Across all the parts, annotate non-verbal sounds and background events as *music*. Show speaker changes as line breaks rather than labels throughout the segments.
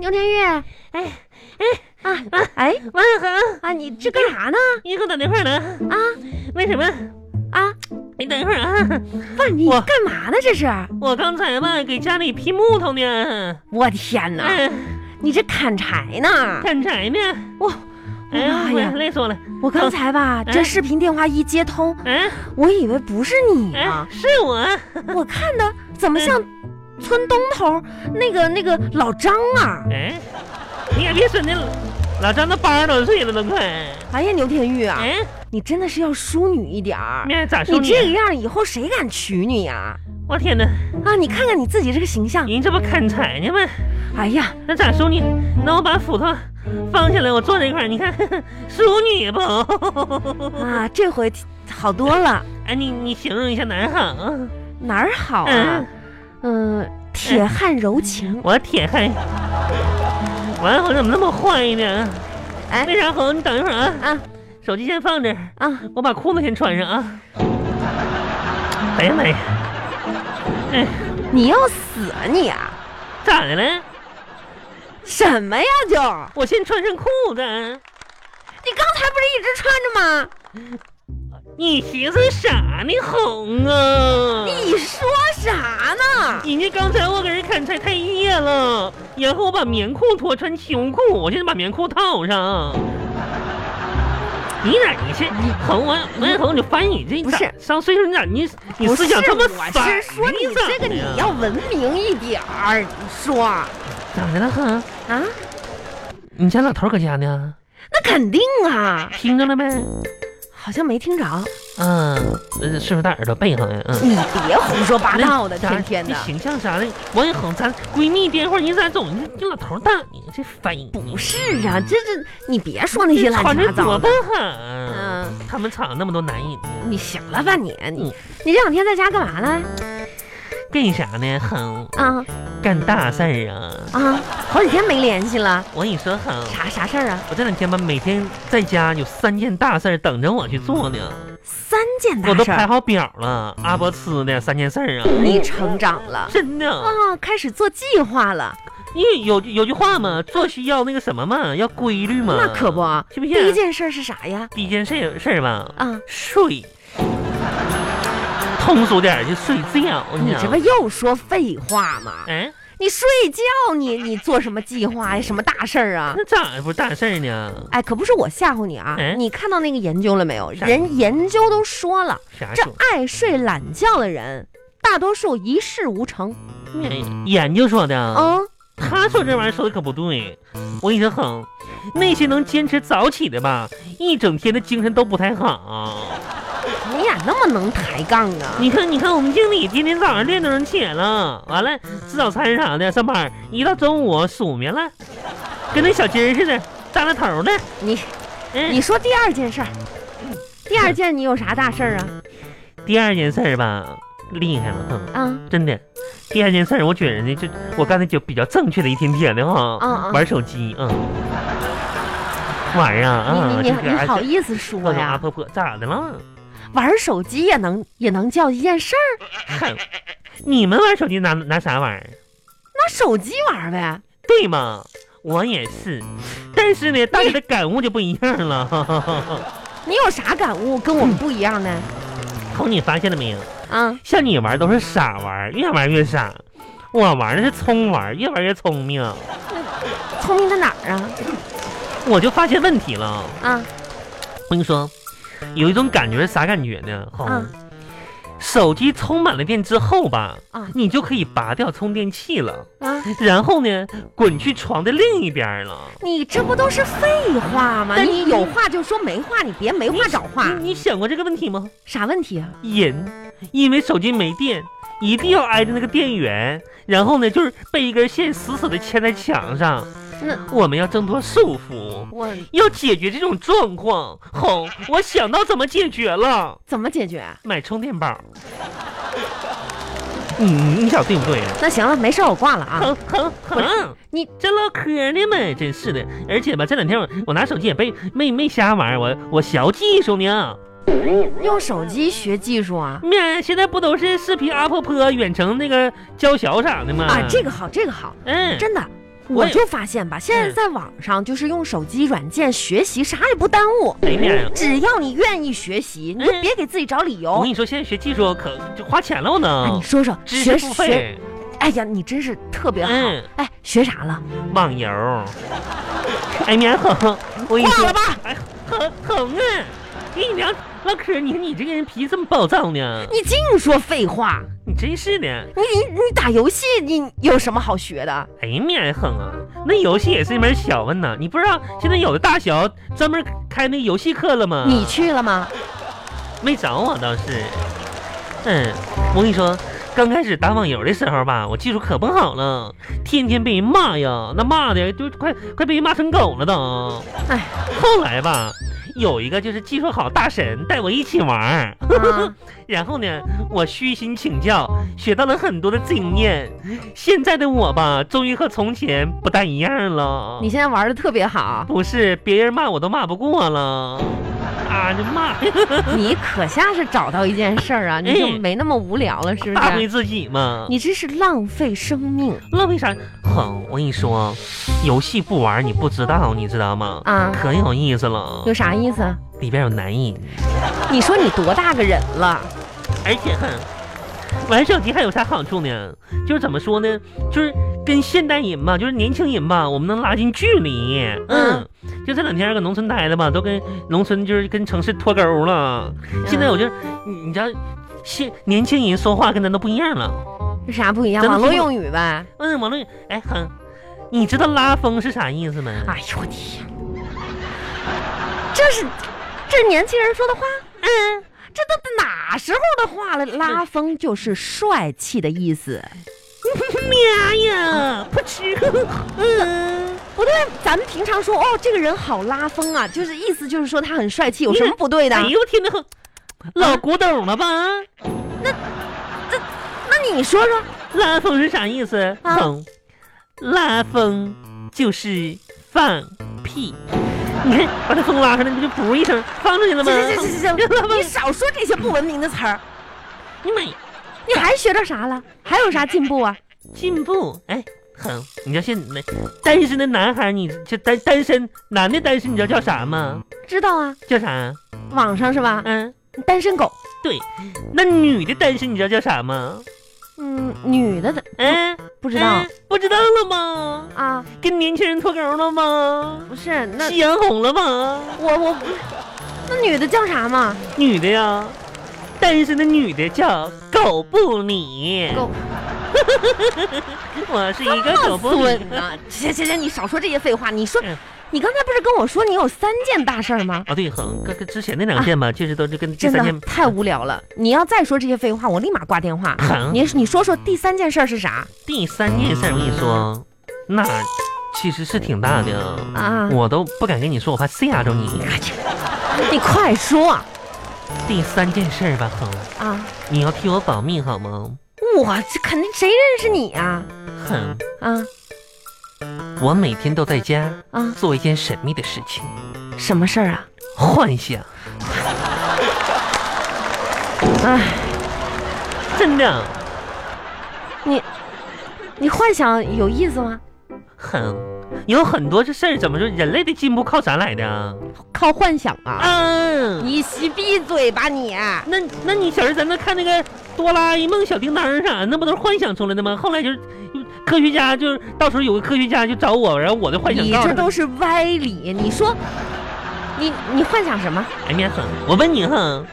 牛天玉，
哎
哎啊啊
哎，
王小恒
啊，你这干啥呢？
你给我等一会儿呢
啊，
为什么？
啊，
你等一会儿啊！
不是你
我
干嘛呢？这是？
我刚才吧给家里劈木头呢，
我天哪，
嗯，
你这砍柴呢？
砍柴呢。
我，
哎呀，
妈
我
呀！嗯
累死我了。
我刚才吧，
哎
这视频电话一接通，
嗯，
我以为不是你 *laughs*
哎
呢，，
是我，
我看的怎么像村东头那个那个老张啊？
哎，你也别说那老张那八十多岁了都快，
哎呀，牛天玉啊，
哎，
你真的是要淑女一点儿，
那咋说
你
呢
这个样儿以后谁敢娶你呀、
我天哪，
啊？你看看你自己这个形象，
您这不砍柴呢吗？
哎呀，
那咋说呢？那我把斧头放下来，我坐这块儿，你看， *laughs* 呵呵淑女不？
啊，这回好多了，
*laughs* 哎，你你形容一下男啊好？
哪儿好啊？嗯、铁汉柔情，
我铁汉，王红怎么那么坏呢？
哎
那啥红，你等一会儿啊，
啊
手机先放这儿，
啊，
我把裤子先穿上啊。哎呀妈呀，哎，
你要死啊你啊？
咋的了？
什么呀就？
我先穿上裤子，
你刚才不是一直穿着吗？
你寻思啥呢，红啊？
你说啥呢？
人家刚才我给人砍柴太夜了，然后我把棉裤脱穿秋裤，我现在把棉裤套上。你咋你这红王王小红，你翻译这
不是
咋上岁数你咋你你
不
思想
是
这么
我
反呢？
是说你
咋
这个
的
你
呀
要文明一点儿，你说啊？
咋的了哼？你家老头搁家呢？
那肯定啊，
听着了没？
好像没听着。
嗯，呃是不是大耳朵背上呀？嗯。
你别胡说八道的，
那
天天的
这。形象啥的，王小红，咱闺蜜颠会儿，你咋总你这老头儿大你这反应
不是啊，这这你别说那些乱
穿
七
着
八糟
多不
的。
好。
嗯，
他们厂那么多男人，
你行了吧你
嗯
你你这两天在家干嘛呢？
干啥呢？哼，
啊
干大事儿啊！
啊，好几天没联系了，
我跟你说，哼，
啥啥事儿啊？
我这两天吧，每天在家有三件大事儿等着我去做呢，
三件
我
大
都
事嗯
排
儿，
好表了。阿波斯的三件事儿啊，
你成长了
真的，
啊，开始做计划了，
因为有有句话嘛，做事要那个什么嘛，要规律嘛。
那可不，
是不是
第一件事儿是啥呀？
第一件事儿事儿吧，
啊，
睡。通俗点儿就睡觉，
你
知
这
道
不
吗？
又说废话吗？
哎，
你睡觉，你你做什么计划呀？什么大事儿啊？
那咋不是大事儿呢？
哎，可不是我吓唬你啊！
嗯
你看到那个研究了没有？
啥
人研究都说了，
啥
这
说？
爱睡懒觉的人，大多数一事无成。
哎研究说的啊。
嗯，
他说这玩意儿说的可不对，我跟你说哼，那些能坚持早起的吧，一整天的精神都不太好。
你咋那么能抬杠啊？
你看，你看，我们经理今天早上六点钟起来了，完了吃早餐啥的，上班一到中午数绵了，跟那小鸡儿似的，耷拉头的。
你
嗯，
你说第二件事儿，第二件你有啥大事儿啊？
第二件事儿吧，厉害了，哼，
啊
真的。第二件事儿，我觉着呢，就我刚才就比较正确的一天天的哈，
嗯嗯
哦玩手机，嗯，玩儿啊啊，
嗯你你
这
你
个啊
你好
这
意思说
我呀，
呀？
婆婆咋的了？
玩手机也能也能叫一件事儿？
嗨，你们玩手机拿拿啥玩？
拿手机玩呗。
对吗？我也是，但是呢，大家的感悟就不一样了。 *laughs*
你有啥感悟跟我们不一样呢？
红，你发现了没有？
啊，
像你玩都是傻玩，越玩越傻。我玩的是聪玩，越玩越聪明。
聪明在哪儿啊？
我就发现问题了。
啊，
我跟你说，有一种感觉是啥感觉呢？红、
啊
手机充满了电之后吧，
啊
你就可以拔掉充电器了，
啊，
然后呢，滚去床的另一边儿了。
你这不都是废话吗？
但
你
你
有话就说，没话你别没话找话。
你你想过这个问题吗？
啥问题啊？
人因为手机没电，一定要挨着那个电源，然后呢，就是被一根线死死的牵在墙上。
那
我们要挣脱束缚，
我
要解决这种状况。吼，我想到怎么解决了，
怎么解决？啊
买充电宝。嗯，你想对不对呀、
那行了，没事儿，我挂了啊。
哼哼哼，
你
这唠嗑呢嘛，真是的。而且吧，这两天我我拿手机也被没没瞎玩，我我学技术呢。
用手机学技术啊？
面现在啊不都是视频 UP 坡远程那个教学啥的吗？
啊啊，这个好，这个好，
嗯，
真的。
我
我
也
就发现吧，现在
嗯
在网上就是用手机软件学习，啥也不耽误。
哎呀
只要你愿意学习，你就
嗯
别给自己找理
我
由
跟。你说，现在学技术可就花钱了
哎，
呢
你，说说，
知识
学
付
学，
费、
哎呀，你真是特别好
嗯。
哎，学啥了？
网游。哎呀，哼，我跟你
挂
说
了，吧，
哎，疼疼啊！跟你聊唠嗑，你看你这个人脾气这么暴躁呢，
你净说废话。
你真是的。
你你你打游戏，你有什么好学的？
哎呀妈呀，哼啊！那游戏也是一门学问呐，你不知道现在有的大学专门开那游戏课了吗？
你去了吗？
没找我倒是。嗯，我跟你说，刚开始打网游的时候吧，我技术可不好了，天天被人骂呀，那骂的就快快被人骂成狗了都。
哎，
后来吧，有一个就是技术好大神带我一起玩儿， *laughs*
啊
然后呢，我虚心请教，学到了很多的经验。现在的我吧，终于和从前不大一样了。
你现在玩的特别好，
不是别人骂我都骂不过了，啊，这骂
你可像是找到一件事儿啊，你就
嗯
没那么无聊了，是不
发挥
是？
自己嘛。
你这是浪费生命
那为啥？哼，我跟你说，游戏不玩你不知道，你知道吗？
啊！
可有意思了
有，啥意思？
里边有男人，
你说你多大个人了？
而且哼，玩手机还有啥好处呢？就是怎么说呢？就是跟现代人吧，就是年轻人吧，我们能拉近距离。嗯
嗯，
就这两天搁农村待的吧，都跟农村就是跟城市脱钩了。现在我就，你你知道，现年轻人说话跟咱都不一样了。
有啥不一样？
咱们
网络
听不
用语呗。
嗯，网络，哎哼，你知道拉风是啥意思吗？
哎呦我天，这是这是年轻人说的话？嗯，这都哪时候的话了？拉风就是帅气的意思。
妈呀，不吃，嗯，
不对，咱们平常说哦，这个人好拉风啊，就是意思就是说他很帅气，有什么不对的？
哎呦我天呐，老古董了吧？
那你说说，
拉风是啥意思？
啊
哼，拉风就是放屁。你看，把这风拉开了，你不就噗一声放出去了吗？
行行行行
*laughs* 拉
行，
风
你，少说这些不文明的词儿。
哎你每
你还学到啥了？还有啥进步啊？
进步，哎，哼，你知道现在那单身的男孩，你这单单身男的单身，你知道叫啥吗？
知道啊，
叫啥？
网上是吧？
嗯，
单身狗，
对。那女的单身，你知道叫啥吗？
嗯，女的的
嗯，
不
不
知道
不知道了吗？
啊，
跟年轻人脱钩了吗？
不是那
夕阳红了吗？
我我那女的叫啥嘛？
女的呀，单身的女的叫狗不理。
狗，
*laughs* 我是一个狗不理。
啊！ *laughs* 行行行，你少说这些废话。你说
嗯，
你刚才不是跟我说你有三件大事儿吗？
啊，对，哼，跟跟之前那两件吧，就是都是跟第
哎真
三件
的。太无聊了！你要再说这些废话，我立马挂电话。
哼，
你你说说第三件事儿是 *laughs* 啥
第三件事儿，我跟你说，那其实是挺大的，
啊？
我都不敢跟你说，我怕吓着你。
你快说
第三件事儿吧，哼，
啊！
你要替我保密好吗？
我这肯定谁认识你呀、
哼，
啊？
我每天都在家
啊啊！
做一件神秘的事情，
什么事儿啊？
幻想。
唉，
真的，
你幻想有意思吗？
很有很多这事儿，怎么说？人类的进步靠啥来的啊？
靠幻想啊！
嗯，
你洗闭嘴吧你！
那那你小时候咱那看那个哆啦 A 梦、小叮当儿啥，那不都是幻想出来的吗？后来就是科学家，就是到时候有个科学家就找我，然后我的幻
*laughs*
想
你
告
这
诉他。
都是歪理！你说，你你幻想什么
哎呀哼，我问你哈，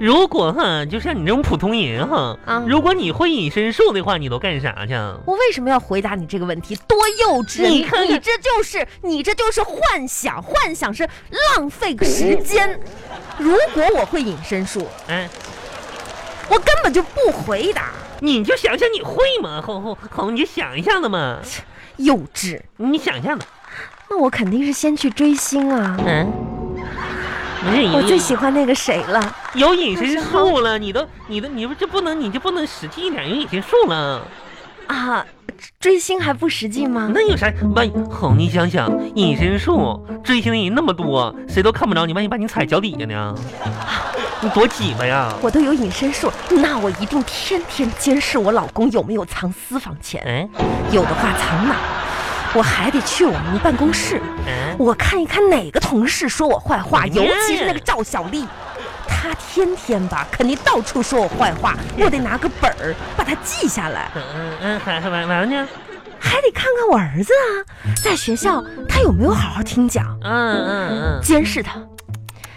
如果哈，就像你这种普通人哈，
啊？
如果你会隐身术的话，你都干啥去啊？
我为什么要回答你这个问题？多幼稚！
你看看
你这就是你这就是幻想，幻想是浪费时间。如果我会隐身术，
哎，
我根本就不回答。
你就想想你会吗？吼吼吼，你就想一下子嘛，
幼稚，
你想一下子。
那我肯定是先去追星啊！
嗯，不是
我
你
最喜欢那个谁了，
有隐身术了，你都你都你不这不能你就不能实际一点有隐身术了？
啊，追星还不实际吗？
那有啥？万一哼，你想想，隐身术追星的人那么多，谁都看不着你，万一把你踩脚底下呢？你多挤巴呀！
我都有隐身术，那我一定天天监视我老公有没有藏私房钱，
哎，
有的话藏哪？我还得去我们办公室，
嗯，
我看一看哪个同事说我坏话，
哎呀
尤其是那个赵小丽，她天天吧，肯定到处说我坏话，我得拿个本儿把它记下来，
嗯嗯，还还完完了呢，
还得看看我儿子啊，在学校他有没有好好听讲，
嗯嗯嗯，
监视他，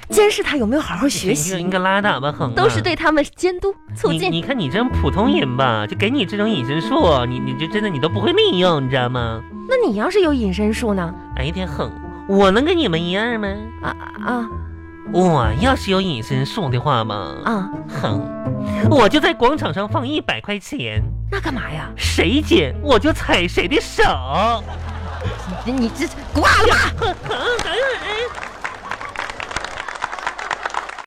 监视他有没有好好学
你
习
你，可拉倒吧，哼啊，
都是对他们监督促
你。
进。
你看你这普通人吧，就给你这种隐身术，你你就真的你都不会利用，你知道吗？
那你要是有隐身术呢？
哎呀天哼，我能跟你们一样吗？
啊啊
我要是有隐身术的话嘛，
啊！
哼，我就在广场上放一百块钱，
那干嘛呀？
谁捡我就踩谁的手。
你这挂了吧！
哼，等会儿哎